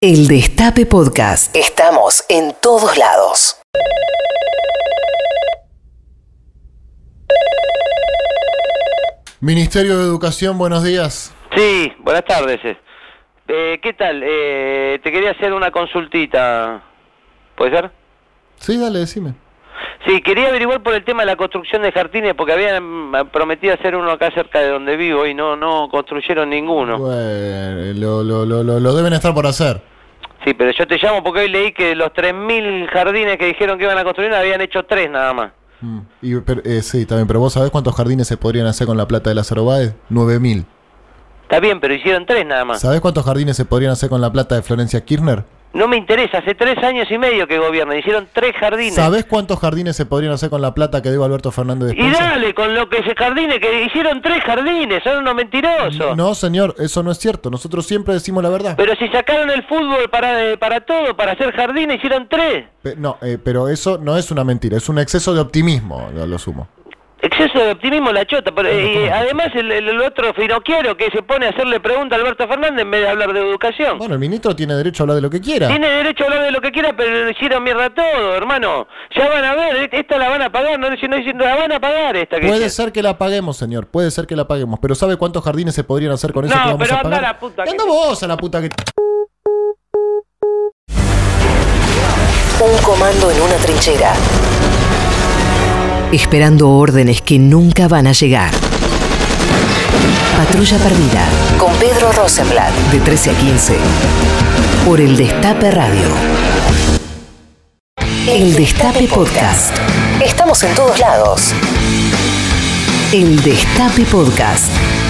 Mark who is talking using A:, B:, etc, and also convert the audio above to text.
A: El Destape Podcast. Estamos en todos lados.
B: Ministerio de Educación, buenos días.
C: Sí, buenas tardes. Eh, ¿Qué tal? Eh, te quería hacer una consultita. ¿Puede ser?
B: Sí, dale, decime.
C: Sí, quería averiguar por el tema de la construcción de jardines, porque habían mm, prometido hacer uno acá cerca de donde vivo y no, no construyeron ninguno.
B: Bueno, lo, lo- lo- lo- lo deben estar por hacer.
C: Sí, pero yo te llamo porque hoy leí que de los 3.000 jardines que dijeron que iban a construir habían hecho tres nada más.
B: Mm. Y, pero, eh, sí, también, pero vos sabés cuántos jardines se podrían hacer con la plata de las Arobáez? 9000.
C: Está bien, pero hicieron tres nada más.
B: ¿Sabés cuántos jardines se podrían hacer con la plata de Florencia Kirchner?
C: No me interesa, hace tres años y medio que gobiernan, hicieron tres jardines.
B: ¿Sabés cuántos jardines se podrían hacer con la plata que dio Alberto Fernández de
C: Y
B: Spencer?
C: dale, con lo que se jardines, que hicieron tres jardines, son unos mentirosos.
B: No, señor, eso no es cierto. Nosotros siempre decimos la verdad.
C: Pero si sacaron el fútbol para, eh, para todo, para hacer jardines, hicieron tres.
B: Pe- no, eh, pero eso no es una mentira, es un exceso de optimismo, lo, lo sumo.
C: Exceso de optimismo la chota. Pero,
B: Bueno,
C: eh,
B: ¿cómo?
C: además, el, el- el otro finoquiero que se pone a hacerle pregunta a Alberto Fernández en vez de hablar de educación.
B: Bueno, el ministro tiene derecho a hablar de lo que quiera.
C: Tiene derecho a hablar de lo que quiera, pero le hicieron mierda todo, hermano. Ya van a ver, eh, esta la van a pagar, no, no, no, la van a pagar esta que
B: Puede
C: hicieron.
B: ser que la paguemos, señor. Puede ser que la paguemos. Pero ¿sabe cuántos jardines se podrían hacer con eso
C: No,
B: que vamos
C: pero
B: a
C: anda
B: pagar?
C: la puta que-
B: Anda vos a la puta que...
A: Un comando en una trinchera. Esperando órdenes que nunca van a llegar. Patrulla perdida. Con Pedro Rosenblatt. De 13 a 15. Por el Destape Radio. El Destape Podcast. Estamos en todos lados. El Destape Podcast.